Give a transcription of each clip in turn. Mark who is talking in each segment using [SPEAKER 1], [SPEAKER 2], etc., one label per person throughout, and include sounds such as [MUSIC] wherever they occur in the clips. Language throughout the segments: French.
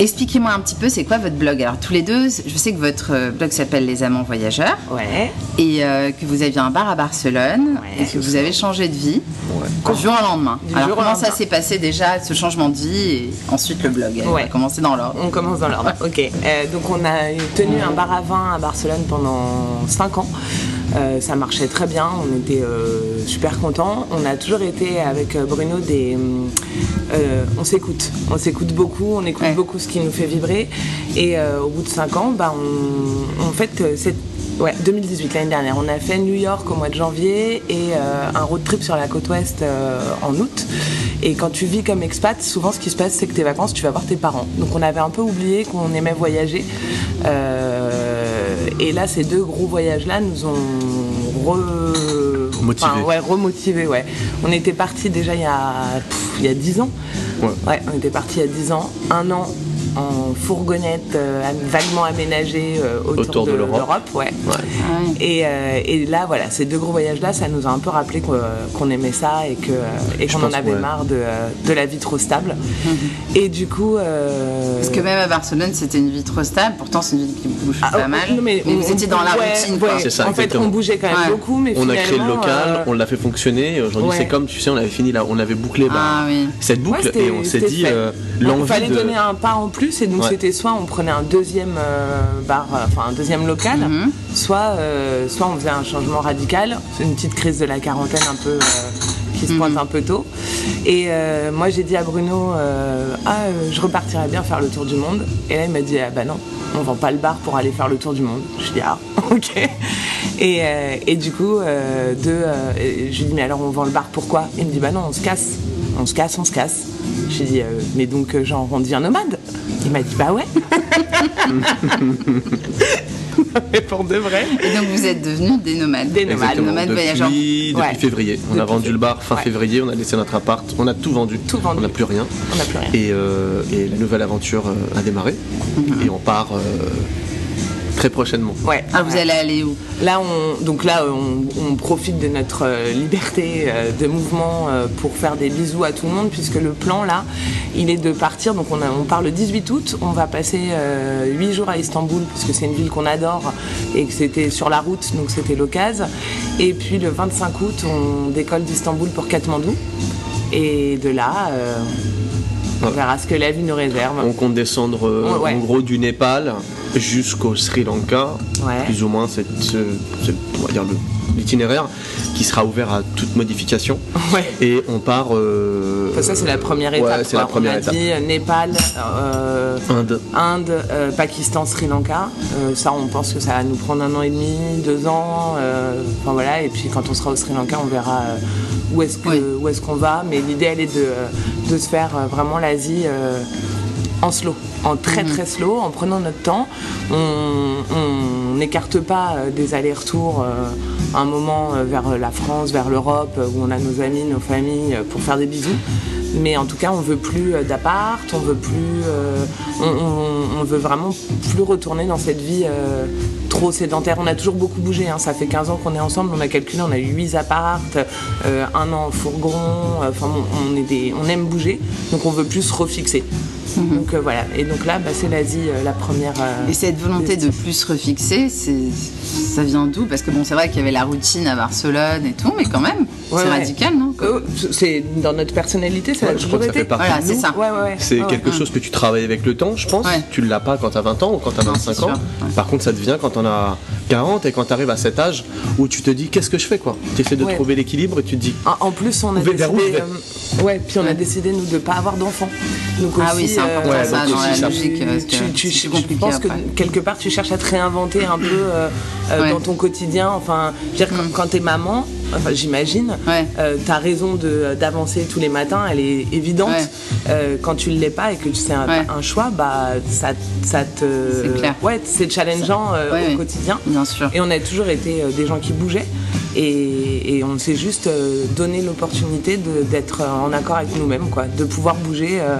[SPEAKER 1] Expliquez-moi un petit peu, c'est quoi votre blog Alors, tous les deux, je sais que votre euh, blog s'appelle Les Amants Voyageurs
[SPEAKER 2] Ouais.
[SPEAKER 1] et euh, que vous aviez un bar à Barcelone
[SPEAKER 2] Ouais,
[SPEAKER 1] et que vous avez changé de vie du jour au lendemain.
[SPEAKER 2] Du
[SPEAKER 1] Alors,
[SPEAKER 2] jour au
[SPEAKER 1] comment ça
[SPEAKER 2] lendemain.
[SPEAKER 1] s'est passé déjà, ce changement de vie et ensuite le blog On va
[SPEAKER 2] Ouais.
[SPEAKER 1] commencer dans l'ordre.
[SPEAKER 2] On commence dans l'ordre. Ok. Euh, donc on a tenu un bar à vin à Barcelone pendant 5 ans. Euh, ça marchait très bien, on était euh, super contents. On a toujours été avec euh, Bruno des. hum, euh, on s'écoute, on s'écoute beaucoup, on écoute
[SPEAKER 1] Ouais.
[SPEAKER 2] beaucoup ce qui nous fait vibrer. Et euh, au bout de 5 ans, bah, on, en fait, euh, cette- ouais, 2018, l'année dernière, on a fait New York au mois de janvier et euh, un road trip sur la côte ouest euh, en août. Et quand tu vis comme expat, souvent ce qui se passe, c'est que tes vacances, tu vas voir tes parents. Donc on avait un peu oublié qu'on aimait voyager. Euh, et là, ces deux gros voyages-là nous ont re-
[SPEAKER 3] Motivés.
[SPEAKER 2] enfin, ouais, remotivés. Ouais. On était partis déjà il y a, pff, il y a 10 ans.
[SPEAKER 3] Ouais.
[SPEAKER 2] on était partis il y a 10 ans. Un an en fourgonnette euh, am- vaguement aménagée euh, autour,
[SPEAKER 3] Autour de l'Europe.
[SPEAKER 2] ouais.
[SPEAKER 1] Ah Ouais.
[SPEAKER 2] Et, euh, et là, voilà, ces deux gros voyages-là, ça nous a un peu rappelé qu'on qu'on aimait ça et que euh, et
[SPEAKER 3] Je
[SPEAKER 2] qu'on en
[SPEAKER 3] pense,
[SPEAKER 2] avait
[SPEAKER 3] ouais.
[SPEAKER 2] marre de, euh, de la vie
[SPEAKER 1] [LAUGHS]
[SPEAKER 2] trop stable. Et du coup, euh,
[SPEAKER 1] Parce que même à Barcelone, c'était une vie trop stable. Pourtant, c'est une vie qui bouge
[SPEAKER 2] ah,
[SPEAKER 1] pas
[SPEAKER 2] oh,
[SPEAKER 1] mal.
[SPEAKER 2] non,
[SPEAKER 1] mais
[SPEAKER 2] on-
[SPEAKER 1] vous étiez dans la
[SPEAKER 2] ouais,
[SPEAKER 1] routine.
[SPEAKER 2] ouais.
[SPEAKER 1] quoi.
[SPEAKER 3] C'est ça,
[SPEAKER 2] en fait,
[SPEAKER 3] exactement.
[SPEAKER 2] on bougeait quand même
[SPEAKER 1] Ouais.
[SPEAKER 2] beaucoup, mais
[SPEAKER 3] On a créé le
[SPEAKER 2] finalement,
[SPEAKER 3] local,
[SPEAKER 2] euh,
[SPEAKER 3] on l'a fait fonctionner. et Aujourd'hui,
[SPEAKER 2] ouais.
[SPEAKER 3] c'est comme, tu sais, on avait fini, là, on avait bouclé bah,
[SPEAKER 1] Ah oui.
[SPEAKER 3] cette boucle
[SPEAKER 2] Ouais, c'était-
[SPEAKER 3] et on s'est
[SPEAKER 2] c'était
[SPEAKER 3] dit
[SPEAKER 2] fait.
[SPEAKER 3] euh,
[SPEAKER 2] Il
[SPEAKER 3] l'envie
[SPEAKER 2] fallait
[SPEAKER 3] de.
[SPEAKER 2] donner un pas en plus et donc
[SPEAKER 3] Ouais.
[SPEAKER 2] c'était soit on prenait un deuxième euh, bar, euh, enfin un deuxième local,
[SPEAKER 1] Mhm.
[SPEAKER 2] soit, euh, soit on faisait un changement radical, C'est une petite crise de la quarantaine un peu euh, qui se
[SPEAKER 1] Mhm.
[SPEAKER 2] pointe un peu tôt. Et euh, moi j'ai dit à Bruno euh, ah euh, je repartirais bien faire le tour du monde et là il m'a dit ah bah non on vend pas le bar pour aller faire le tour du monde. Je dis ah [LAUGHS] ok. Et, euh, et du coup euh, de, euh, je lui dis mais alors on vend le bar pourquoi Il me dit bah non on se casse, on se casse, on se casse. J'ai dit, euh, mais donc, euh, genre, on devient nomade Il m'a dit, bah ouais. mais pour de vrai.
[SPEAKER 1] Et donc, vous êtes devenus des nomades.
[SPEAKER 2] Des nomades.
[SPEAKER 3] Exactement.
[SPEAKER 1] nomades
[SPEAKER 3] depuis,
[SPEAKER 1] voyageurs.
[SPEAKER 3] depuis
[SPEAKER 2] Ouais.
[SPEAKER 3] février. On a
[SPEAKER 2] Depuis
[SPEAKER 3] vendu
[SPEAKER 2] février.
[SPEAKER 3] le bar fin
[SPEAKER 2] Ouais.
[SPEAKER 3] février, on a laissé notre appart, on a tout vendu.
[SPEAKER 2] Tout vendu.
[SPEAKER 3] On n'a plus rien.
[SPEAKER 2] On n'a plus rien.
[SPEAKER 3] Et, euh, et la nouvelle aventure euh, a démarré.
[SPEAKER 2] Mm-hmm.
[SPEAKER 3] Et on part euh, très prochainement.
[SPEAKER 2] Ouais.
[SPEAKER 1] Ah, vous allez aller où
[SPEAKER 2] Là, on, donc là, euh, on, on profite de notre euh, liberté euh, de mouvement euh, pour faire des bisous à tout le monde, puisque le plan, là, il est de partir. Donc, on, a- on part le 18 août. On va passer 8 jours à Istanbul, puisque c'est une ville qu'on adore et que c'était sur la route, donc c'était l'occasion. Et puis, le 25 août, on décolle d'Istanbul pour Katmandou. Et de là, euh, on
[SPEAKER 3] Ouais.
[SPEAKER 2] verra ce que la vie nous réserve.
[SPEAKER 3] On compte descendre euh,
[SPEAKER 2] Ouais.
[SPEAKER 3] en gros du Népal jusqu'au Sri Lanka.
[SPEAKER 2] Ouais.
[SPEAKER 3] Plus ou moins, c'est ce- c'est, on va dire, le- l'itinéraire qui sera ouvert à toute
[SPEAKER 2] [LAUGHS]
[SPEAKER 3] modification.
[SPEAKER 2] Ouais.
[SPEAKER 3] Et on part. euh,
[SPEAKER 2] Enfin, ça, c'est la première
[SPEAKER 3] ouais,
[SPEAKER 2] étape.
[SPEAKER 3] c'est la
[SPEAKER 2] quoi.
[SPEAKER 3] première
[SPEAKER 2] on a
[SPEAKER 3] étape.
[SPEAKER 2] dit euh, Népal. euh,
[SPEAKER 3] Inde.
[SPEAKER 2] Inde, euh, Pakistan, Sri Lanka. Euh, ça, on pense que ça va nous prendre un an et demi, deux ans. euh, enfin voilà. Et puis quand on sera au Sri Lanka, on verra euh, où est-ce que-
[SPEAKER 1] Oui.
[SPEAKER 2] où est-ce qu'on va. Mais l'idée, elle est de, euh, de se faire euh, vraiment l'Asie euh, en slow, en très très slow, en prenant notre temps. On- On n'écarte pas euh, des allers-retours. euh, un moment euh, vers la France, vers l'Europe, euh, où on a nos amis, nos familles, euh, pour faire des bisous. Mais en tout cas, on veut plus euh, d'appart, on veut plus, euh, on, on- on veut vraiment plus retourner dans cette vie euh, trop sédentaire. On a toujours beaucoup bougé. hein. Ça fait 15 ans qu'on est ensemble. On a calculé, on a eu 8 apparts, euh, un an en fourgon. euh, Enfin, on, on est des, on aime bouger, donc on veut plus se refixer. Donc euh, voilà. Et donc là, bah, c'est l'Asie, euh, la première. euh,
[SPEAKER 1] Et cette volonté de plus se refixer, c'est- ça vient d'où Parce que bon, c'est vrai qu'il y avait la routine à Barcelone et tout, mais quand même,
[SPEAKER 2] Ouais,
[SPEAKER 1] c'est
[SPEAKER 2] ouais.
[SPEAKER 1] radical, non
[SPEAKER 2] Euh, c'est dans notre personnalité, ça
[SPEAKER 3] Ouais,
[SPEAKER 2] a
[SPEAKER 3] je
[SPEAKER 2] toujours
[SPEAKER 3] crois que ça
[SPEAKER 2] été.
[SPEAKER 3] fait partie
[SPEAKER 1] Voilà,
[SPEAKER 3] de
[SPEAKER 1] c'est
[SPEAKER 3] nous.
[SPEAKER 1] ça.
[SPEAKER 2] Ouais, ouais, ouais.
[SPEAKER 3] C'est
[SPEAKER 2] Ah Ouais, ouais.
[SPEAKER 3] quelque chose que tu travailles avec le temps, je pense.
[SPEAKER 1] Ouais.
[SPEAKER 3] Tu ne l'as pas quand tu as 20 ans ou quand tu as
[SPEAKER 1] Non,
[SPEAKER 3] 25
[SPEAKER 1] c'est
[SPEAKER 3] ans.
[SPEAKER 1] sûr, ouais.
[SPEAKER 3] Par contre, ça devient quand on a 40 et quand tu arrives à cet âge où tu te dis qu'est-ce que je fais quoi Tu essaies de
[SPEAKER 2] Ouais.
[SPEAKER 3] trouver l'équilibre et tu te dis
[SPEAKER 2] En, en plus, on a
[SPEAKER 3] Ouvert vers
[SPEAKER 2] décidé,
[SPEAKER 3] ouvert.
[SPEAKER 2] euh, ouais, puis on
[SPEAKER 1] Ouais.
[SPEAKER 2] a décidé nous de pas avoir d'enfants. Donc
[SPEAKER 1] Ah oui, c'est important,
[SPEAKER 3] ça, dans la
[SPEAKER 1] logique, euh, parce que
[SPEAKER 2] Tu, tu-
[SPEAKER 1] c'est
[SPEAKER 2] je
[SPEAKER 1] compliqué
[SPEAKER 2] pense
[SPEAKER 1] après.
[SPEAKER 2] que quelque part, tu cherches à te réinventer un peu euh, euh,
[SPEAKER 1] Ouais. Mm.
[SPEAKER 2] dans ton quotidien. Enfin, je veux dire, quand, quand t'es maman, enfin, j'imagine,
[SPEAKER 1] Ouais.
[SPEAKER 2] euh, ta raison de- d'avancer tous les matins, elle est évidente.
[SPEAKER 1] Ouais.
[SPEAKER 2] Euh, quand tu ne l'es pas et que c'est un,
[SPEAKER 1] Ouais.
[SPEAKER 2] un choix, bah ça, ça te,
[SPEAKER 1] C'est clair.
[SPEAKER 2] ouais, c'est challengeant euh,
[SPEAKER 1] Ouais,
[SPEAKER 2] au
[SPEAKER 1] ouais.
[SPEAKER 2] quotidien.
[SPEAKER 1] Bien sûr.
[SPEAKER 2] Et on a toujours été euh, des gens qui bougeaient. Et, et on s'est juste euh, donné l'opportunité de- d'être euh, en accord avec nous-mêmes, quoi, de pouvoir bouger euh,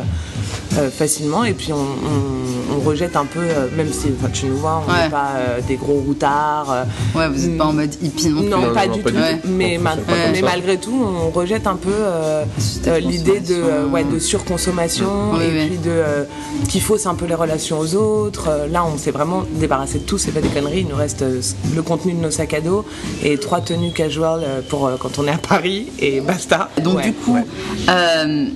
[SPEAKER 2] euh, facilement. Et puis on, on- on rejette un peu, euh, même si enfin, tu nous vois, on n'est
[SPEAKER 1] Ouais.
[SPEAKER 2] pas euh, des gros routards. euh,
[SPEAKER 1] Ouais, vous n'êtes pas en
[SPEAKER 2] Mm.
[SPEAKER 1] mode hippie non plus.
[SPEAKER 2] non,
[SPEAKER 3] Non,
[SPEAKER 2] pas
[SPEAKER 3] non,
[SPEAKER 2] du
[SPEAKER 3] pas
[SPEAKER 2] tout.
[SPEAKER 3] du
[SPEAKER 1] tout.
[SPEAKER 2] Mais,
[SPEAKER 3] Non,
[SPEAKER 2] ma-
[SPEAKER 3] ça, c'est pas
[SPEAKER 2] mais
[SPEAKER 3] comme ça.
[SPEAKER 2] malgré tout, on rejette un peu euh,
[SPEAKER 1] C'était
[SPEAKER 2] euh, l'idée de, euh,
[SPEAKER 1] consommation.
[SPEAKER 2] ouais, de surconsommation
[SPEAKER 1] Oui,
[SPEAKER 2] et
[SPEAKER 1] oui.
[SPEAKER 2] puis de euh, qui fausse un peu les relations aux autres. Euh, Là, on s'est vraiment débarrassé de tout, c'est pas des conneries. Il nous reste euh, le contenu de nos sacs à dos et trois tenues casual euh, pour euh, quand on est à Paris et [LAUGHS] basta.
[SPEAKER 1] Donc
[SPEAKER 2] Ouais.
[SPEAKER 1] du coup, euh,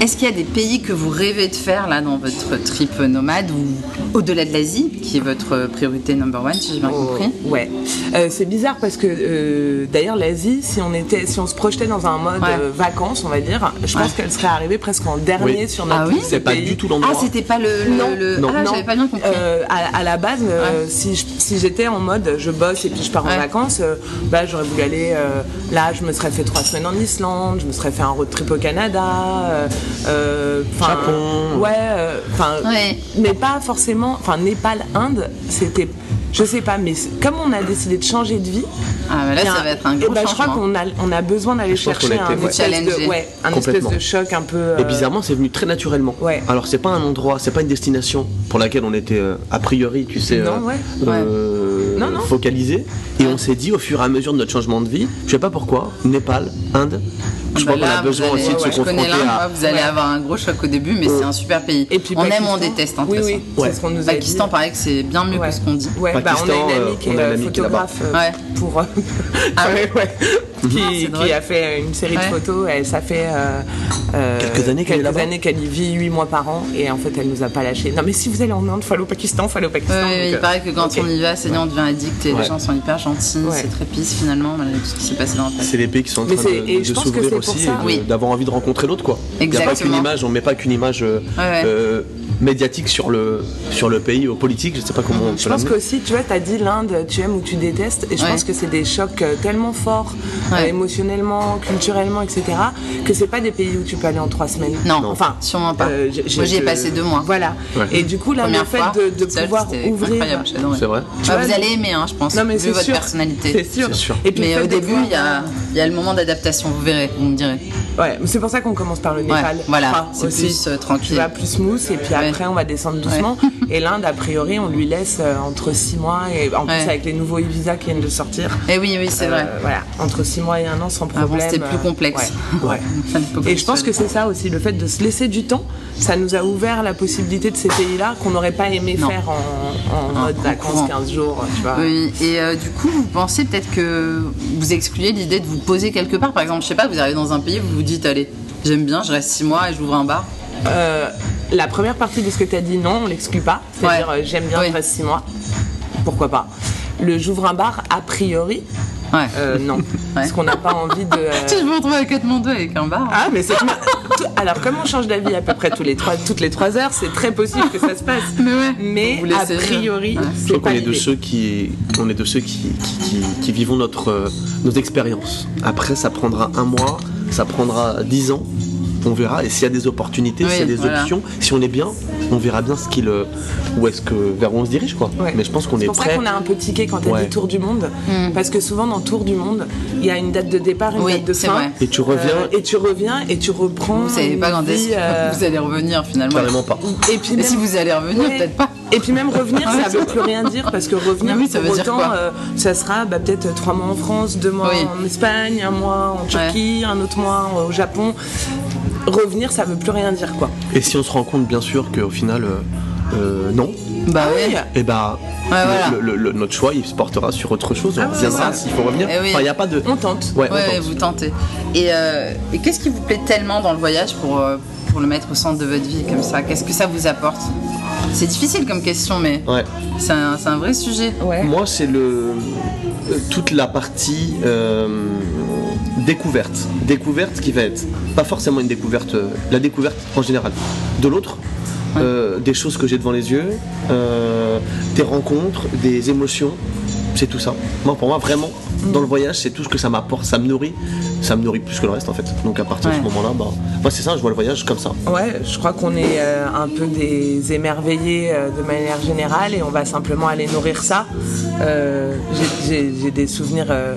[SPEAKER 1] est-ce qu'il y a des pays que vous rêvez de faire là dans votre trip nomade ou au-delà de l'Asie, qui est votre priorité number one, si j'ai bien
[SPEAKER 2] Oh.
[SPEAKER 1] compris
[SPEAKER 2] Ouais. Euh, c'est bizarre parce que euh, d'ailleurs l'Asie, si on était, si on se projetait dans un mode
[SPEAKER 1] Ouais.
[SPEAKER 2] euh, vacances, on va dire, je pense
[SPEAKER 1] Ouais.
[SPEAKER 2] qu'elle serait arrivée presque en dernier
[SPEAKER 3] Oui.
[SPEAKER 2] sur notre
[SPEAKER 1] Ah oui
[SPEAKER 2] liste de
[SPEAKER 3] C'est pas
[SPEAKER 2] pays.
[SPEAKER 3] du tout
[SPEAKER 1] Ah,
[SPEAKER 3] l'endroit.
[SPEAKER 1] c'était pas le. le-
[SPEAKER 2] Non,
[SPEAKER 1] le-
[SPEAKER 3] non,
[SPEAKER 1] ah,
[SPEAKER 2] Non.
[SPEAKER 1] j'avais pas bien compris.
[SPEAKER 2] Euh, à, à la base, euh, si, je- si j'étais en mode je bosse et puis je pars
[SPEAKER 1] Ouais.
[SPEAKER 2] en vacances, euh, bah, j'aurais voulu aller euh, là, je me serais fait trois semaines en Islande, je me serais fait un road trip au Canada, euh, euh, 'fin,
[SPEAKER 3] Japon.
[SPEAKER 2] ouais, euh, 'fin,
[SPEAKER 1] Ouais.
[SPEAKER 2] mais pas forcément, enfin Népal, Inde, c'était, je sais pas, mais c'est- comme on a décidé de changer de vie,
[SPEAKER 1] Ah, mais là,
[SPEAKER 2] il y a
[SPEAKER 1] ça va être un
[SPEAKER 2] eh
[SPEAKER 1] gros
[SPEAKER 2] ben, je
[SPEAKER 1] changement.
[SPEAKER 2] crois qu'on a, on a besoin d'aller
[SPEAKER 3] Je pense qu'on
[SPEAKER 2] chercher
[SPEAKER 3] a été,
[SPEAKER 2] un,
[SPEAKER 3] ouais.
[SPEAKER 2] espèce de,
[SPEAKER 1] Challengé.
[SPEAKER 2] ouais, un espèce
[SPEAKER 3] Complètement.
[SPEAKER 2] de choc un peu.
[SPEAKER 3] Mais
[SPEAKER 2] euh,
[SPEAKER 3] bizarrement, c'est venu très naturellement.
[SPEAKER 2] Ouais.
[SPEAKER 3] Alors, c'est pas un endroit, c'est pas une destination pour laquelle on était euh, a priori, tu sais,
[SPEAKER 2] Non, ouais.
[SPEAKER 3] euh,
[SPEAKER 2] Non, non.
[SPEAKER 3] focalisé. Et on s'est dit au fur et à mesure de notre changement de vie, je sais pas pourquoi, Népal, Inde. Je
[SPEAKER 1] Bah
[SPEAKER 2] Ah
[SPEAKER 3] crois qu'on
[SPEAKER 1] là,
[SPEAKER 3] a
[SPEAKER 1] vous
[SPEAKER 3] besoin
[SPEAKER 1] allez-
[SPEAKER 3] aussi de
[SPEAKER 1] ouais,
[SPEAKER 3] se
[SPEAKER 1] je connais
[SPEAKER 3] confronter
[SPEAKER 1] l'Inde,
[SPEAKER 3] à.
[SPEAKER 1] moi, vous allez
[SPEAKER 2] Ouais.
[SPEAKER 1] avoir un gros choc au début, mais c'est un super pays.
[SPEAKER 2] Et puis
[SPEAKER 1] on aime, on
[SPEAKER 2] Pakistan.
[SPEAKER 1] déteste. hein, de
[SPEAKER 2] Oui,
[SPEAKER 1] toute
[SPEAKER 2] oui,
[SPEAKER 1] façon.
[SPEAKER 3] Ouais.
[SPEAKER 2] c'est ce qu'on nous a dit.
[SPEAKER 1] Pakistan, paraît que c'est bien mieux
[SPEAKER 2] Ouais.
[SPEAKER 1] que ce qu'on dit.
[SPEAKER 2] Ouais, bah,
[SPEAKER 3] Pakistan,
[SPEAKER 2] on a une amie
[SPEAKER 3] euh,
[SPEAKER 2] qui
[SPEAKER 3] on
[SPEAKER 2] est
[SPEAKER 3] a une
[SPEAKER 2] euh,
[SPEAKER 3] amie qui est là-bas.
[SPEAKER 2] photographe euh,
[SPEAKER 1] Ouais.
[SPEAKER 2] pour euh, [LAUGHS]
[SPEAKER 1] Ah
[SPEAKER 2] ouais, ouais. qui,
[SPEAKER 1] c'est drôle.
[SPEAKER 2] qui a fait une série
[SPEAKER 1] Ouais.
[SPEAKER 2] de photos. Elle, ça fait euh, euh,
[SPEAKER 3] Quelques années qu'elle est
[SPEAKER 2] quelques
[SPEAKER 3] là-bas.
[SPEAKER 2] années qu'elle y vit 8 mois par an et en fait elle nous a pas lâché. Non mais si vous allez en Inde, faut aller au Pakistan, faut aller au
[SPEAKER 1] Ouais,
[SPEAKER 2] Pakistan.
[SPEAKER 1] ouais,
[SPEAKER 2] donc,
[SPEAKER 1] il
[SPEAKER 2] euh,
[SPEAKER 1] paraît que quand
[SPEAKER 2] ok.
[SPEAKER 1] on y va, c'est bien, on devient addict et les
[SPEAKER 3] Ouais.
[SPEAKER 1] gens sont hyper gentils,
[SPEAKER 2] Ouais.
[SPEAKER 1] c'est très pisse finalement, malgré tout ce qui s'est passé dans le passé.
[SPEAKER 3] C'est les pays qui sont en
[SPEAKER 2] Mais
[SPEAKER 3] train
[SPEAKER 2] c'est- et
[SPEAKER 3] de, de
[SPEAKER 2] je pense que
[SPEAKER 3] s'ouvrir
[SPEAKER 2] c'est pour
[SPEAKER 3] aussi
[SPEAKER 2] ça.
[SPEAKER 3] et de-
[SPEAKER 1] Oui.
[SPEAKER 3] d'avoir envie de rencontrer l'autre quoi. Il y a pas qu'une
[SPEAKER 1] Exactement.
[SPEAKER 3] image, on met pas qu'une image euh,
[SPEAKER 1] ouais.
[SPEAKER 3] euh, médiatique sur le, sur le pays, aux politiques, je sais pas comment on
[SPEAKER 2] Je
[SPEAKER 3] peut
[SPEAKER 2] pense
[SPEAKER 3] l'amener.
[SPEAKER 2] qu'aussi, tu vois, t'as dit l'Inde, tu aimes ou tu détestes, et je
[SPEAKER 1] Ouais.
[SPEAKER 2] pense que c'est des chocs euh, tellement forts, euh,
[SPEAKER 1] Ouais.
[SPEAKER 2] émotionnellement, culturellement, etc., que c'est pas des pays où tu peux aller en trois semaines.
[SPEAKER 1] Non,
[SPEAKER 2] enfin,
[SPEAKER 1] sûrement pas.
[SPEAKER 2] euh, j'ai- j'ai-
[SPEAKER 1] Moi, j'y ai
[SPEAKER 2] je-
[SPEAKER 1] passé deux mois.
[SPEAKER 2] Voilà.
[SPEAKER 3] Ouais.
[SPEAKER 2] Et du coup, là,
[SPEAKER 1] Première
[SPEAKER 2] le fait
[SPEAKER 1] fois,
[SPEAKER 2] de, de
[SPEAKER 1] seule,
[SPEAKER 2] pouvoir
[SPEAKER 1] c'était
[SPEAKER 2] ouvrir.
[SPEAKER 1] incroyable, j'ai adoré.
[SPEAKER 3] C'est vrai.
[SPEAKER 1] Bah,
[SPEAKER 2] Ouais.
[SPEAKER 1] vous allez aimer, hein, je pense,
[SPEAKER 2] Non, mais
[SPEAKER 1] vu
[SPEAKER 2] c'est
[SPEAKER 1] votre
[SPEAKER 2] sûr. C'est
[SPEAKER 1] personnalité.
[SPEAKER 2] sûr.
[SPEAKER 3] C'est sûr.
[SPEAKER 2] Et puis,
[SPEAKER 1] Mais
[SPEAKER 2] le fait
[SPEAKER 1] au
[SPEAKER 2] de
[SPEAKER 1] début,
[SPEAKER 2] pouvoir-
[SPEAKER 1] il y a, il y a le moment d'adaptation, vous verrez, vous me direz.
[SPEAKER 2] Ouais, mais c'est pour ça qu'on commence par le
[SPEAKER 1] Ouais,
[SPEAKER 2] Népal.
[SPEAKER 1] voilà,
[SPEAKER 2] Enfin,
[SPEAKER 1] c'est
[SPEAKER 2] aussi,
[SPEAKER 1] plus euh,
[SPEAKER 2] Tu
[SPEAKER 1] tranquille.
[SPEAKER 2] vas plus mousse et puis
[SPEAKER 1] Ouais.
[SPEAKER 2] après on va descendre
[SPEAKER 1] [LAUGHS]
[SPEAKER 2] doucement. Et l'Inde, a priori, on lui laisse euh, entre 6 mois et en plus
[SPEAKER 1] Ouais.
[SPEAKER 2] avec les nouveaux e-visas qui viennent de sortir.
[SPEAKER 1] Eh oui, oui, c'est
[SPEAKER 2] Euh,
[SPEAKER 1] vrai.
[SPEAKER 2] Voilà, entre 6 mois et un an sans
[SPEAKER 1] Avant,
[SPEAKER 2] problème.
[SPEAKER 1] c'était plus
[SPEAKER 2] euh,
[SPEAKER 1] complexe. [LAUGHS]
[SPEAKER 2] ouais, ouais.
[SPEAKER 1] Ça ne peut
[SPEAKER 2] Et
[SPEAKER 1] plus
[SPEAKER 2] je pense
[SPEAKER 1] se-
[SPEAKER 2] que c'est ça aussi, le fait de se laisser du temps, ça nous a ouvert la possibilité de ces pays-là qu'on n'aurait pas aimé
[SPEAKER 1] Non.
[SPEAKER 2] faire en, en
[SPEAKER 1] Non,
[SPEAKER 2] mode
[SPEAKER 1] en
[SPEAKER 2] vacances
[SPEAKER 1] courant.
[SPEAKER 2] 15 jours, tu vois.
[SPEAKER 1] Oui, et euh, du coup, vous pensez peut-être que vous excluez l'idée de vous poser quelque part. Par exemple, je sais pas, vous arrivez dans un pays, vous vous dites, allez, j'aime bien, je reste six mois et j'ouvre un bar.
[SPEAKER 2] Euh, la première partie de ce que tu as dit, non, on l'exclut pas. C'est-à-dire,
[SPEAKER 1] Ouais.
[SPEAKER 2] euh, j'aime bien,
[SPEAKER 1] Oui.
[SPEAKER 2] je reste 6 mois. Pourquoi pas Le j'ouvre un bar, a priori,
[SPEAKER 1] [LAUGHS] Ouais.
[SPEAKER 2] euh, non. Parce qu'on n'a pas envie
[SPEAKER 1] [LAUGHS]
[SPEAKER 2] de. euh,
[SPEAKER 1] Si je me retrouve à Katmandou avec un bar.
[SPEAKER 2] Ah, mais c'est. Tout- Alors, comme on change d'avis à peu près tous les trois, toutes les 3 heures, c'est très possible que ça se passe.
[SPEAKER 1] Mais ouais.
[SPEAKER 2] Mais
[SPEAKER 1] Vous laissez
[SPEAKER 2] a priori,
[SPEAKER 1] rire. Ouais.
[SPEAKER 3] Je
[SPEAKER 2] c'est
[SPEAKER 3] crois
[SPEAKER 2] pas
[SPEAKER 3] qu'on est de
[SPEAKER 2] l'idée.
[SPEAKER 3] ceux qui, on est de ceux qui, qui, qui- qui vivons notre, euh, nos expériences. Après, ça prendra un mois, ça prendra dix ans, on verra. Et s'il y a des opportunités,
[SPEAKER 1] Oui,
[SPEAKER 3] s'il y a des
[SPEAKER 1] voilà.
[SPEAKER 3] options, si on est bien, on verra bien ce qu'il, euh, où est-ce que vers où on se dirige quoi.
[SPEAKER 2] Ouais.
[SPEAKER 3] Mais je pense qu'on est,
[SPEAKER 2] C'est pour ça
[SPEAKER 3] prêt.
[SPEAKER 2] qu'on a un peu tiqué quand t'as
[SPEAKER 3] Ouais.
[SPEAKER 2] dit tour du monde, parce que souvent dans tour du monde, il y a une date de départ, une
[SPEAKER 1] Mm. Oui,
[SPEAKER 2] date de
[SPEAKER 1] c'est
[SPEAKER 2] fin,
[SPEAKER 1] vrai.
[SPEAKER 3] Et tu reviens
[SPEAKER 2] euh, et tu reviens et tu reprends.
[SPEAKER 1] Vous savez pas
[SPEAKER 2] une
[SPEAKER 1] quand est-ce
[SPEAKER 2] vie, euh,
[SPEAKER 1] que [LAUGHS] vous allez revenir finalement.
[SPEAKER 3] carrément pas.
[SPEAKER 2] Et puis
[SPEAKER 1] Et
[SPEAKER 2] même,
[SPEAKER 1] si vous allez revenir,
[SPEAKER 2] Ouais.
[SPEAKER 1] peut-être pas.
[SPEAKER 2] et puis même revenir,
[SPEAKER 1] Ouais. [LAUGHS]
[SPEAKER 2] ça veut plus rien dire parce que revenir,
[SPEAKER 1] Mais oui, ça
[SPEAKER 2] pour
[SPEAKER 1] veut dire
[SPEAKER 2] autant,
[SPEAKER 1] quoi
[SPEAKER 2] euh, ça sera bah, peut-être trois mois en France, deux mois
[SPEAKER 1] Oui.
[SPEAKER 2] en Espagne, un mois en Turquie, un autre mois au Japon. Revenir, ça veut plus rien dire quoi.
[SPEAKER 3] Et si on se rend compte bien sûr qu'au final, euh, euh, non,
[SPEAKER 2] Ah
[SPEAKER 1] Bah oui.
[SPEAKER 3] et bah
[SPEAKER 1] Ouais, voilà.
[SPEAKER 3] notre choix il se portera sur autre chose.
[SPEAKER 2] Ah
[SPEAKER 3] on
[SPEAKER 2] ouais,
[SPEAKER 3] reviendra
[SPEAKER 2] ouais.
[SPEAKER 3] s'il faut revenir.
[SPEAKER 1] Eh oui.
[SPEAKER 3] Enfin, il n'y a pas de.
[SPEAKER 2] On tente.
[SPEAKER 3] Ouais, on
[SPEAKER 1] Ouais,
[SPEAKER 3] tente.
[SPEAKER 1] vous tentez. Et, euh, et qu'est-ce qui vous plaît tellement dans le voyage pour, euh, pour le mettre au centre de votre vie comme ça Qu'est-ce que ça vous apporte C'est difficile comme question, mais
[SPEAKER 3] Ouais.
[SPEAKER 1] c'est un, c'est un vrai sujet.
[SPEAKER 2] Ouais.
[SPEAKER 3] Moi, c'est le euh, toute la partie euh, découverte, découverte qui va être pas forcément une découverte, euh, la découverte en général. De l'autre, euh, des choses que j'ai devant les yeux, euh, des rencontres, des émotions, c'est tout ça. Moi, pour moi, vraiment,
[SPEAKER 2] Mm.
[SPEAKER 3] dans le voyage, c'est tout ce que ça m'apporte, ça me nourrit, ça me nourrit plus que le reste en fait. Donc à partir de
[SPEAKER 1] Ouais.
[SPEAKER 3] ce moment-là, bah, moi, c'est ça, je vois le voyage comme ça.
[SPEAKER 2] Ouais, je crois qu'on est euh, un peu des émerveillés euh, de manière générale et on va simplement aller nourrir ça. Euh, j'ai- J'ai j'ai des souvenirs euh,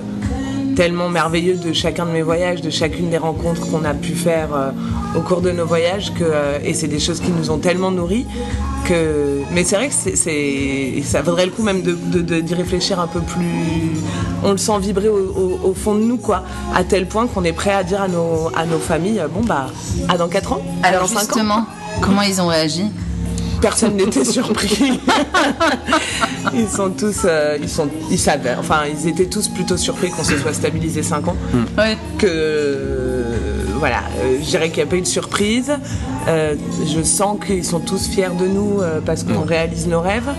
[SPEAKER 2] tellement merveilleux de chacun de mes voyages, de chacune des rencontres qu'on a pu faire euh, au cours de nos voyages que, euh, et c'est des choses qui nous ont tellement nourris Que... Mais c'est vrai que c'est, c'est- ça vaudrait le coup même de, de- de- d'y réfléchir un peu plus. On le sent vibrer au, au- au fond de nous, quoi. À tel point qu'on est prêt à dire à nos, à nos familles bon, bah, à dans 4 ans à
[SPEAKER 1] Alors
[SPEAKER 2] dans 5 ans
[SPEAKER 1] justement, comment ils ont réagi
[SPEAKER 2] Personne n'était surpris. ils sont tous. euh, ils, sont, ils savaient. Enfin, ils étaient tous plutôt surpris qu'on se soit stabilisé 5 ans
[SPEAKER 1] Ouais.
[SPEAKER 2] que euh, voilà, euh, je dirais qu'il n'y a pas eu de surprise. Euh, je sens qu'ils sont tous fiers de nous euh, parce qu'on
[SPEAKER 1] Mm.
[SPEAKER 2] réalise nos rêves.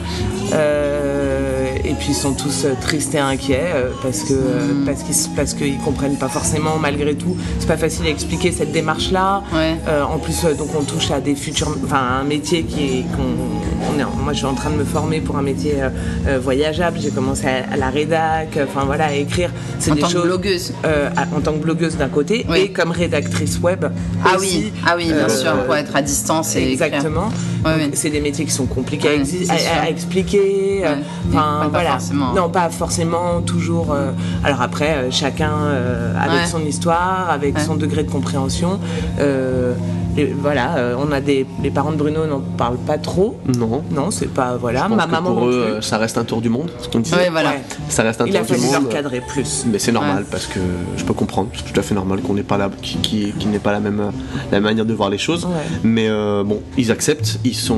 [SPEAKER 2] Euh, et puis ils sont tous euh, tristes et inquiets euh, parce
[SPEAKER 1] Mm.
[SPEAKER 2] que euh, parce qu'ils parce qu'ils comprennent pas forcément malgré tout. C'est pas facile à expliquer cette démarche là.
[SPEAKER 1] Ouais.
[SPEAKER 2] Euh, en plus, euh, donc on touche à des futurs, enfin à un métier qui est, qu'on, on est en- moi je suis en train de me former pour un métier euh, euh, voyageable. J'ai commencé à, à la rédac, euh, enfin voilà, à écrire. C'est
[SPEAKER 1] En
[SPEAKER 2] des
[SPEAKER 1] tant que
[SPEAKER 2] choses-
[SPEAKER 1] blogueuse.
[SPEAKER 2] euh, à- en tant que blogueuse d'un côté
[SPEAKER 1] Oui.
[SPEAKER 2] et comme rédactrice web.
[SPEAKER 1] Ah
[SPEAKER 2] aussi.
[SPEAKER 1] oui, ah oui, bien
[SPEAKER 2] Euh,
[SPEAKER 1] sûr, pour être à distance et écrire.
[SPEAKER 2] Exactement.
[SPEAKER 1] Ouais, ouais.
[SPEAKER 2] Donc, C'est des métiers qui sont compliqués à
[SPEAKER 1] Ouais,
[SPEAKER 2] exi-
[SPEAKER 1] c'est
[SPEAKER 2] à,
[SPEAKER 1] sûr.
[SPEAKER 2] à- à expliquer. euh,
[SPEAKER 1] Ouais.
[SPEAKER 2] enfin,
[SPEAKER 1] Et pas
[SPEAKER 2] voilà.
[SPEAKER 1] forcément.
[SPEAKER 2] Non, pas forcément toujours. euh, alors après, euh, chacun euh, avec
[SPEAKER 1] Ouais.
[SPEAKER 2] son histoire, avec
[SPEAKER 1] Ouais.
[SPEAKER 2] son degré de compréhension. euh, les- voilà, euh, on a des les parents de Bruno n'en parlent pas trop.
[SPEAKER 3] Non.
[SPEAKER 2] Non, c'est pas voilà.
[SPEAKER 3] Je pense
[SPEAKER 2] Ah, Ma
[SPEAKER 3] que
[SPEAKER 2] maman
[SPEAKER 3] pour
[SPEAKER 2] non
[SPEAKER 3] eux,
[SPEAKER 2] plus.
[SPEAKER 3] euh, ça reste un tour du monde, ce qu'on disait.
[SPEAKER 1] Ouais, voilà.
[SPEAKER 2] Ouais.
[SPEAKER 3] Ça reste un
[SPEAKER 2] Il
[SPEAKER 3] tour
[SPEAKER 2] a
[SPEAKER 3] du
[SPEAKER 2] fallu
[SPEAKER 3] monde.
[SPEAKER 2] leur cadrer plus.
[SPEAKER 3] Mais c'est normal
[SPEAKER 1] Ouais.
[SPEAKER 3] parce que je peux comprendre, c'est tout à fait normal qu'on n'ait pas la, qui, qui, qui n'ait pas la même la manière de voir les choses.
[SPEAKER 2] Ouais.
[SPEAKER 3] Mais euh, bon, ils acceptent, ils sont,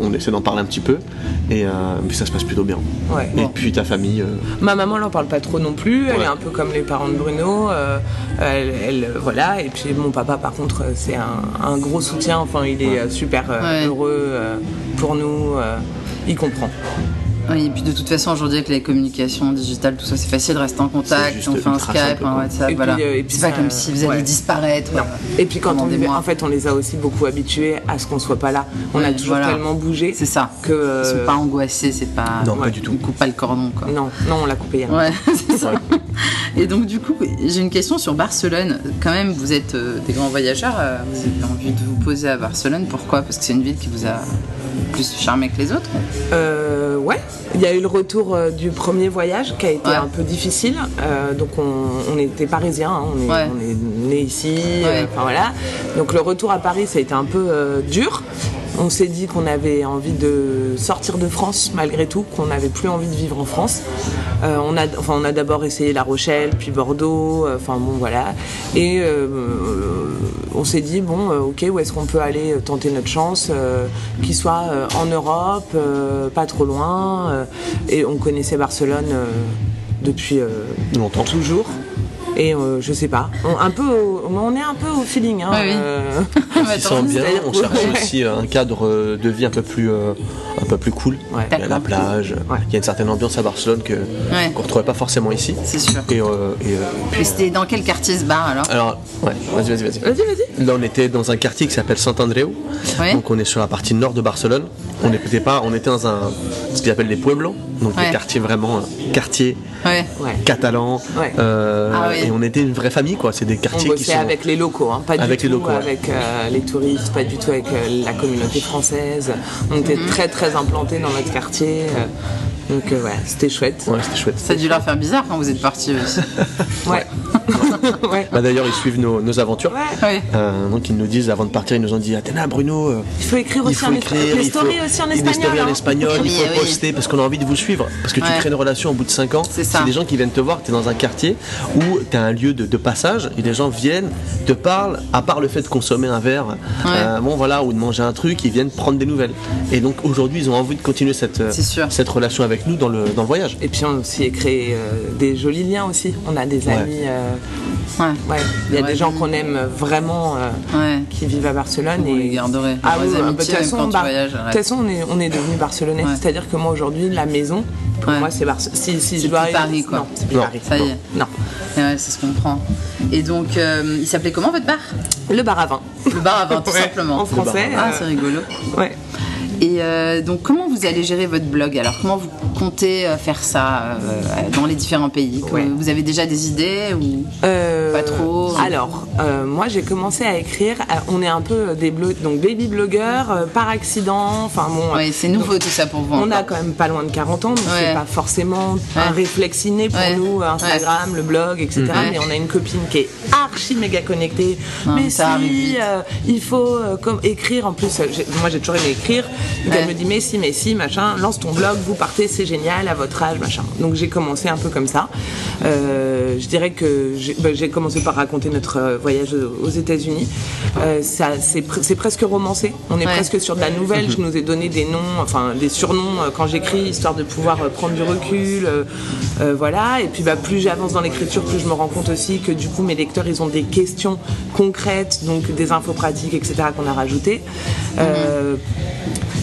[SPEAKER 3] on essaie d'en parler un petit peu et euh, mais ça se passe plutôt bien.
[SPEAKER 2] Ouais.
[SPEAKER 3] Et puis ta famille, euh,
[SPEAKER 2] Ma maman n'en parle pas trop non plus, elle
[SPEAKER 3] Ouais.
[SPEAKER 2] est un peu comme les parents de Bruno, euh, elle, elle, euh, voilà, et puis mon papa par contre euh, c'est un, un gros soutien, enfin il est euh, super euh,
[SPEAKER 1] Ouais.
[SPEAKER 2] heureux euh, pour nous, euh, il comprend.
[SPEAKER 1] Oui, et puis de toute façon, aujourd'hui, avec les communications digitales, tout ça, c'est facile de rester en
[SPEAKER 3] C'est
[SPEAKER 1] contact.
[SPEAKER 3] juste
[SPEAKER 1] On fait un
[SPEAKER 3] ultra
[SPEAKER 1] Skype,
[SPEAKER 3] simple,
[SPEAKER 1] un
[SPEAKER 3] quoi.
[SPEAKER 1] WhatsApp,
[SPEAKER 2] Et
[SPEAKER 1] voilà.
[SPEAKER 2] puis, euh, et puis
[SPEAKER 1] c'est pas
[SPEAKER 2] ça,
[SPEAKER 1] comme si vous
[SPEAKER 2] euh,
[SPEAKER 1] alliez
[SPEAKER 2] ouais.
[SPEAKER 1] disparaître.
[SPEAKER 2] Non.
[SPEAKER 1] voilà.
[SPEAKER 2] Et puis quand on,
[SPEAKER 1] Commandez-moi.
[SPEAKER 2] en fait on les a aussi beaucoup habitués à ce qu'on soit pas là, on a
[SPEAKER 1] Ouais,
[SPEAKER 2] toujours
[SPEAKER 1] voilà.
[SPEAKER 2] tellement bougé
[SPEAKER 1] C'est ça.
[SPEAKER 2] que... euh,
[SPEAKER 1] Ils sont pas angoissés, c'est pas.
[SPEAKER 3] non pas
[SPEAKER 2] ouais.
[SPEAKER 3] du
[SPEAKER 1] On
[SPEAKER 3] tout.
[SPEAKER 1] coupe pas le cordon, quoi.
[SPEAKER 2] non, non, on l'a coupé hier.
[SPEAKER 1] Ouais, [LAUGHS] c'est ça. Et donc, du coup, j'ai une question sur Barcelone. Quand même, vous êtes euh, des grands voyageurs, euh, vous avez envie de vous poser à Barcelone. Pourquoi Parce que c'est une ville qui vous a plus charmé que les autres
[SPEAKER 2] Euh, ouais, il y a eu le retour euh, du premier voyage qui a été
[SPEAKER 1] Ouais.
[SPEAKER 2] un peu difficile. Euh, donc on, on était parisiens, hein, on, est,
[SPEAKER 1] Ouais.
[SPEAKER 2] on est nés ici. euh, enfin voilà. Donc le retour à Paris, ça a été un peu euh, dur. On s'est dit qu'on avait envie de sortir de France malgré tout, qu'on n'avait plus envie de vivre en France. Euh, on a, enfin, on a d'abord essayé La Rochelle, puis Bordeaux. euh, Enfin bon voilà. Et euh, on s'est dit bon, euh, ok, où est-ce qu'on peut aller euh, tenter notre chance, euh, qu'il soit euh, en Europe, euh, pas trop loin. euh, et on connaissait Barcelone euh, depuis euh,
[SPEAKER 3] Longtemps.
[SPEAKER 2] toujours. Et euh, je sais pas, on, un peu au- on est un peu au feeling. Hein,
[SPEAKER 1] Ouais, Ah oui. [LAUGHS]
[SPEAKER 2] euh,
[SPEAKER 1] On
[SPEAKER 3] Ils Ah, sont bien.
[SPEAKER 2] c'est-à-dire
[SPEAKER 3] On
[SPEAKER 2] que-
[SPEAKER 3] cherche
[SPEAKER 2] Ouais.
[SPEAKER 3] aussi euh, un cadre euh, de vie un peu plus euh, un peu plus cool.
[SPEAKER 2] Ouais.
[SPEAKER 3] Il y a la
[SPEAKER 1] D'accord.
[SPEAKER 3] plage, il y a une certaine ambiance à Barcelone que qu'on retrouvait pas forcément ici.
[SPEAKER 1] C'est sûr.
[SPEAKER 3] Et, euh, et, euh,
[SPEAKER 1] Et c'était dans quel quartier ce bar alors
[SPEAKER 3] alors ouais, vas-y vas-y vas-y.
[SPEAKER 2] Vas-y, vas-y.
[SPEAKER 3] Là, on était dans un quartier qui s'appelle Saint-Andreu.
[SPEAKER 1] Ouais.
[SPEAKER 3] Donc, on est sur la partie nord de Barcelone. On n'était pas, on était dans un, ce qu'ils appellent les pueblos. Donc,
[SPEAKER 1] Ouais.
[SPEAKER 3] des quartiers vraiment, euh, quartiers
[SPEAKER 1] Ouais.
[SPEAKER 2] Ouais.
[SPEAKER 3] catalans.
[SPEAKER 2] Ouais.
[SPEAKER 3] Euh,
[SPEAKER 1] Ah ouais.
[SPEAKER 3] Et on était une vraie famille, quoi. C'est des
[SPEAKER 2] On
[SPEAKER 3] quartiers qui
[SPEAKER 2] bossait
[SPEAKER 3] sont.
[SPEAKER 2] avec les locaux, hein, pas
[SPEAKER 3] Avec
[SPEAKER 2] du
[SPEAKER 3] les
[SPEAKER 2] tout
[SPEAKER 3] locaux, ouais.
[SPEAKER 2] avec euh, les touristes, pas du tout avec euh, la communauté française. On était
[SPEAKER 1] Mhm.
[SPEAKER 2] très très implantés dans notre quartier. euh, donc euh, ouais, c'était chouette.
[SPEAKER 3] Ouais, c'était chouette.
[SPEAKER 1] Ça a dû leur faire bizarre quand vous êtes partis
[SPEAKER 3] [LAUGHS]
[SPEAKER 1] aussi.
[SPEAKER 2] Ouais. [LAUGHS] ouais.
[SPEAKER 3] Bah, D'ailleurs, ils suivent nos, nos aventures.
[SPEAKER 2] Ouais.
[SPEAKER 1] Ouais.
[SPEAKER 3] Euh, donc, ils nous disent, avant de partir, ils nous ont dit Athéna, Bruno, euh,
[SPEAKER 2] Il faut écrire
[SPEAKER 3] il
[SPEAKER 2] aussi
[SPEAKER 3] faut
[SPEAKER 2] en
[SPEAKER 3] écrire.
[SPEAKER 2] espagnol. Les
[SPEAKER 3] il faut-
[SPEAKER 2] stories aussi en
[SPEAKER 3] des
[SPEAKER 2] espagnol.
[SPEAKER 3] stories en
[SPEAKER 2] hein.
[SPEAKER 3] espagnol, il
[SPEAKER 1] Oui,
[SPEAKER 3] faut
[SPEAKER 1] oui.
[SPEAKER 3] poster parce qu'on a envie de vous suivre. Parce que tu
[SPEAKER 1] Ouais.
[SPEAKER 3] crées une relation au bout de 5 ans.
[SPEAKER 1] C'est ça.
[SPEAKER 3] des gens qui viennent te voir, tu es dans un quartier où tu as un lieu de, de passage et les gens viennent, te parlent, à part le fait de consommer un verre, euh, bon voilà, ou de manger un truc, ils viennent prendre des nouvelles. Et donc aujourd'hui, ils ont envie de continuer cette, euh,
[SPEAKER 1] C'est sûr.
[SPEAKER 3] cette relation avec nous dans le, dans le voyage.
[SPEAKER 2] Et puis on s'y est créé euh, des jolis liens aussi. On a des
[SPEAKER 3] Ouais.
[SPEAKER 2] amis. euh,
[SPEAKER 1] Ouais.
[SPEAKER 2] ouais. Il y a
[SPEAKER 1] Ouais.
[SPEAKER 2] des gens qu'on aime vraiment. euh,
[SPEAKER 1] Ouais.
[SPEAKER 2] qui vivent à Barcelone.
[SPEAKER 1] Vous
[SPEAKER 2] et...
[SPEAKER 1] les garderez,
[SPEAKER 2] Ah
[SPEAKER 1] vos
[SPEAKER 2] oui,
[SPEAKER 1] amitiés,
[SPEAKER 2] bah, de toute
[SPEAKER 1] même
[SPEAKER 2] façon,
[SPEAKER 1] quand tu
[SPEAKER 2] bah,
[SPEAKER 1] voyages,
[SPEAKER 2] de
[SPEAKER 1] ouais.
[SPEAKER 2] toute façon, on est, on est devenu barcelonais.
[SPEAKER 1] Ouais.
[SPEAKER 2] C'est-à-dire que moi, aujourd'hui, la maison, pour
[SPEAKER 1] Ouais.
[SPEAKER 2] moi, c'est Barcelone. Si, si
[SPEAKER 1] C'est
[SPEAKER 2] je dois
[SPEAKER 1] plus Paris, quoi.
[SPEAKER 2] Non, c'est plus
[SPEAKER 3] Non.
[SPEAKER 2] Paris.
[SPEAKER 1] Ça y est.
[SPEAKER 2] Non.
[SPEAKER 1] Et ouais, ça se comprend. Et donc, euh, il s'appelait comment votre bar
[SPEAKER 2] Le bar à vin.
[SPEAKER 1] Le bar à vin, tout
[SPEAKER 2] Ouais,
[SPEAKER 1] simplement.
[SPEAKER 2] En français.
[SPEAKER 1] Ah,
[SPEAKER 2] euh,
[SPEAKER 1] c'est rigolo.
[SPEAKER 2] ouais.
[SPEAKER 1] Et euh, donc, comment vous allez gérer votre blog Alors, comment vous comptez euh, faire ça euh, dans les différents pays Comment-
[SPEAKER 2] Ouais.
[SPEAKER 1] Vous avez déjà des idées ou
[SPEAKER 2] Euh,
[SPEAKER 1] Pas trop,
[SPEAKER 2] Alors, euh, moi j'ai commencé à écrire, euh, on est un peu des blo- donc baby blogueurs euh, par accident, enfin bon.
[SPEAKER 1] Ouais, c'est nouveau tout ça pour vous.
[SPEAKER 2] On a
[SPEAKER 1] encore.
[SPEAKER 2] quand même pas loin de 40 ans, donc
[SPEAKER 1] Ouais.
[SPEAKER 2] c'est pas forcément un
[SPEAKER 1] Ouais.
[SPEAKER 2] réflexe inné pour
[SPEAKER 1] Ouais.
[SPEAKER 2] nous, Instagram, le blog, etc.
[SPEAKER 1] Ouais.
[SPEAKER 2] Mais on a une copine qui est archi méga connectée.
[SPEAKER 1] Non,
[SPEAKER 2] mais
[SPEAKER 1] ça arrive
[SPEAKER 2] si,
[SPEAKER 1] vite.
[SPEAKER 2] euh, il faut euh, comme écrire. En plus, euh, j'ai- moi j'ai toujours aimé écrire. Donc
[SPEAKER 1] Ouais.
[SPEAKER 2] elle me dit, mais si, mais si, machin, lance ton blog, vous partez, c'est génial, à votre âge, machin. Donc j'ai commencé un peu comme ça. Euh, je dirais que j'ai bah, j'ai commencé par raconter notre euh, voyage aux aux États-Unis. Euh, ça, c'est pre- c'est presque romancé. On est
[SPEAKER 1] Ouais.
[SPEAKER 2] presque sur de la nouvelle. Je nous ai donné des noms, enfin des surnoms euh, quand j'écris, histoire de pouvoir euh, prendre du recul. euh, euh, voilà. Et puis bah, plus j'avance dans l'écriture, plus je me rends compte aussi que du coup mes lecteurs ils ont des questions concrètes, donc des infos pratiques, etc. qu'on a rajoutées. Euh,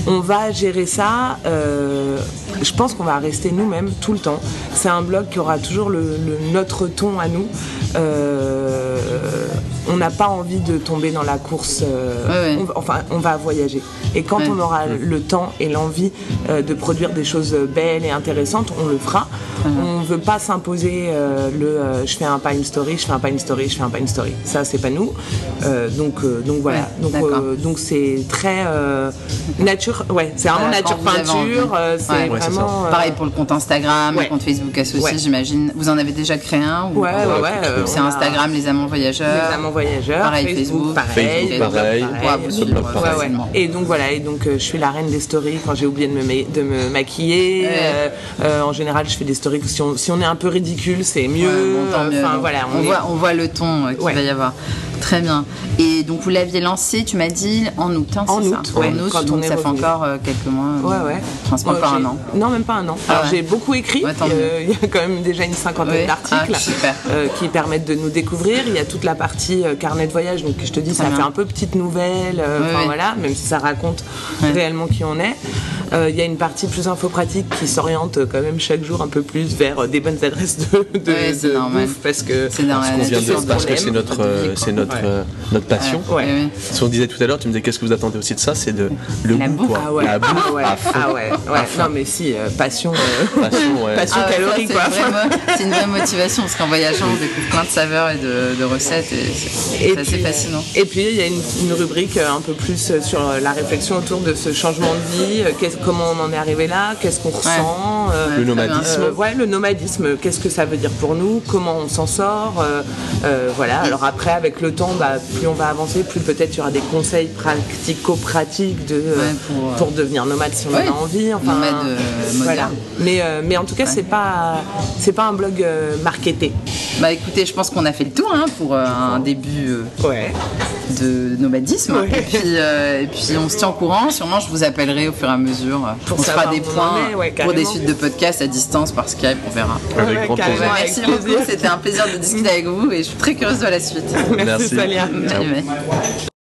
[SPEAKER 2] on va gérer ça. euh, je pense qu'on va rester nous-mêmes tout le temps. C'est un blog qui aura toujours le, le- notre ton à nous. Euh, on n'a pas envie de tomber dans la course. euh,
[SPEAKER 1] Ouais, ouais.
[SPEAKER 2] on va- enfin, on va voyager. Et quand
[SPEAKER 1] Ouais.
[SPEAKER 2] on aura le temps et l'envie euh, de produire des choses belles et intéressantes, on le fera. On ne veut pas s'imposer euh, le euh, je fais un pas une story, je fais un pas une story, je fais un pas une story. Ça, c'est pas nous. Euh, donc, euh, donc voilà.
[SPEAKER 1] Ouais,
[SPEAKER 2] donc,
[SPEAKER 1] d'accord.
[SPEAKER 2] euh, donc c'est très euh, nature. Ouais, c'est vraiment
[SPEAKER 1] Voilà, quand
[SPEAKER 2] nature
[SPEAKER 1] vous avez
[SPEAKER 2] peinture.
[SPEAKER 1] envie.
[SPEAKER 2] euh, c'est
[SPEAKER 1] Ouais.
[SPEAKER 3] Ouais, c'est
[SPEAKER 2] vraiment. euh,
[SPEAKER 1] Pareil pour le compte Instagram,
[SPEAKER 2] Ouais.
[SPEAKER 1] le compte Facebook associé,
[SPEAKER 2] Ouais.
[SPEAKER 1] j'imagine. Vous en avez déjà créé un ou...
[SPEAKER 2] Ouais, ouais, ouais, euh,
[SPEAKER 1] C'est
[SPEAKER 2] on a-
[SPEAKER 1] Instagram, les amants voyageurs.
[SPEAKER 2] Les amants voyageurs,
[SPEAKER 1] euh, Pareil,
[SPEAKER 2] Facebook,
[SPEAKER 1] Facebook,
[SPEAKER 2] pareil,
[SPEAKER 3] Facebook, pareil.
[SPEAKER 1] Ouais, vous suivez,
[SPEAKER 2] Ouais, ouais.
[SPEAKER 1] facilement.
[SPEAKER 2] Et donc voilà, et donc euh, je suis la reine des stories quand j'ai oublié de me, ma- de me maquiller.
[SPEAKER 1] Ouais.
[SPEAKER 2] Euh, euh, en général, je fais des stories que si on, si on est un peu ridicule, c'est mieux.
[SPEAKER 1] Ouais, bon, tant mieux,
[SPEAKER 2] Enfin
[SPEAKER 1] donc,
[SPEAKER 2] voilà,
[SPEAKER 1] on,
[SPEAKER 2] on, est-
[SPEAKER 1] voit, on voit le ton euh, qu'il
[SPEAKER 2] Ouais.
[SPEAKER 1] va y avoir. Très bien. Et donc vous l'aviez lancé, tu m'as dit, en août, hein,
[SPEAKER 2] En
[SPEAKER 1] c'est
[SPEAKER 2] août,
[SPEAKER 1] ça
[SPEAKER 2] ouais,
[SPEAKER 1] En août,
[SPEAKER 2] quand
[SPEAKER 1] donc
[SPEAKER 2] on est
[SPEAKER 1] ça fait
[SPEAKER 2] revenu.
[SPEAKER 1] encore euh, quelques mois. euh,
[SPEAKER 2] Ouais, ouais.
[SPEAKER 1] Je pense pas
[SPEAKER 2] Moi,
[SPEAKER 1] encore
[SPEAKER 2] j'ai-
[SPEAKER 1] un an. Ah
[SPEAKER 2] Non, même pas un an. Alors
[SPEAKER 1] ouais.
[SPEAKER 2] j'ai beaucoup écrit.
[SPEAKER 1] Ouais, tant
[SPEAKER 2] Il y a-
[SPEAKER 1] mieux.
[SPEAKER 2] il y a quand même déjà une cinquantaine
[SPEAKER 1] Ouais.
[SPEAKER 2] d'articles
[SPEAKER 1] Ah, super.
[SPEAKER 2] euh, qui permettent de nous découvrir. Il y a toute la partie euh, carnet de voyage, donc je te dis, ça
[SPEAKER 1] bien.
[SPEAKER 2] fait un peu petite nouvelle, euh,
[SPEAKER 1] Ouais,
[SPEAKER 2] enfin,
[SPEAKER 1] ouais.
[SPEAKER 2] voilà, même si ça raconte réellement qui on est. Euh, Il y a une partie plus infopratique qui s'oriente euh, quand même chaque jour un peu plus vers euh, des bonnes adresses de, de,
[SPEAKER 1] Ouais, c'est
[SPEAKER 2] de
[SPEAKER 1] normal.
[SPEAKER 2] bouffe parce que
[SPEAKER 1] C'est normal. On
[SPEAKER 2] parce
[SPEAKER 3] On vient
[SPEAKER 2] fait
[SPEAKER 3] de-
[SPEAKER 2] ce
[SPEAKER 3] parce
[SPEAKER 2] qu'on
[SPEAKER 3] que c'est
[SPEAKER 2] aime.
[SPEAKER 3] notre, euh, c'est notre, euh, notre passion.
[SPEAKER 2] Ouais.
[SPEAKER 1] Ouais, ouais.
[SPEAKER 3] Si on disait tout à l'heure, tu me disais qu'est-ce que vous attendez aussi de ça, c'est de le
[SPEAKER 1] La
[SPEAKER 3] goût,
[SPEAKER 1] bouffe.
[SPEAKER 3] quoi.
[SPEAKER 2] Ah ouais,
[SPEAKER 3] La bouffe,
[SPEAKER 2] ah ouais,
[SPEAKER 3] à fond.
[SPEAKER 2] ah ouais, ouais. non mais si, euh, passion, euh,
[SPEAKER 3] Passion,
[SPEAKER 2] [LAUGHS]
[SPEAKER 3] ouais.
[SPEAKER 2] passion
[SPEAKER 1] Ah ouais, ça,
[SPEAKER 2] calorique
[SPEAKER 1] c'est
[SPEAKER 2] quoi.
[SPEAKER 1] une vraie mo- C'est une vraie motivation parce qu'en voyageant, on découvre plein de saveurs et de, de recettes. et C'est c'est assez
[SPEAKER 2] puis,
[SPEAKER 1] fascinant.
[SPEAKER 2] [LAUGHS] Et puis il y a une, une rubrique euh, un peu plus euh, sur euh, la réflexion autour de ce changement de vie, euh, qu'est-ce- comment on en est arrivé là, qu'est-ce qu'on ressent. euh,
[SPEAKER 3] Le
[SPEAKER 1] Très bien.
[SPEAKER 3] nomadisme.
[SPEAKER 2] euh, ouais, le nomadisme, qu'est-ce que ça veut dire pour nous, comment on s'en sort, euh, euh, voilà. Alors après, avec le temps, bah, plus on va avancer, plus peut-être il y aura des conseils pratico-pratiques de euh,
[SPEAKER 1] Ouais,
[SPEAKER 2] pour,
[SPEAKER 1] pour, euh,
[SPEAKER 2] devenir nomade si on
[SPEAKER 1] Ouais.
[SPEAKER 2] en a envie. Enfin,
[SPEAKER 1] Nomade, euh, moderne.
[SPEAKER 2] voilà. Mais euh, mais en tout cas, c'est pas c'est pas un blog euh, marketé.
[SPEAKER 1] Bah écoutez, je pense qu'on a fait le tour hein, pour euh, un début. euh,
[SPEAKER 2] Ouais.
[SPEAKER 1] de nomadisme.
[SPEAKER 2] Ouais.
[SPEAKER 1] Et, puis, euh, et puis on se tient au courant. Sûrement, je vous appellerai au fur et à mesure. euh,
[SPEAKER 2] Pour
[SPEAKER 1] on se
[SPEAKER 2] savoir
[SPEAKER 1] fera des
[SPEAKER 2] où on
[SPEAKER 1] points
[SPEAKER 2] en est, ouais,
[SPEAKER 1] pour des
[SPEAKER 2] carrément.
[SPEAKER 1] suites de podcasts à distance par Skype. On verra.
[SPEAKER 3] Avec grand
[SPEAKER 2] carrément.
[SPEAKER 3] plaisir.
[SPEAKER 2] Avec
[SPEAKER 1] Merci
[SPEAKER 2] plaisir.
[SPEAKER 1] beaucoup. C'était un plaisir de discuter avec vous et je suis très curieuse de la suite.
[SPEAKER 2] [LAUGHS] Merci,
[SPEAKER 3] Merci.
[SPEAKER 2] Salia.
[SPEAKER 1] Salut, ouais.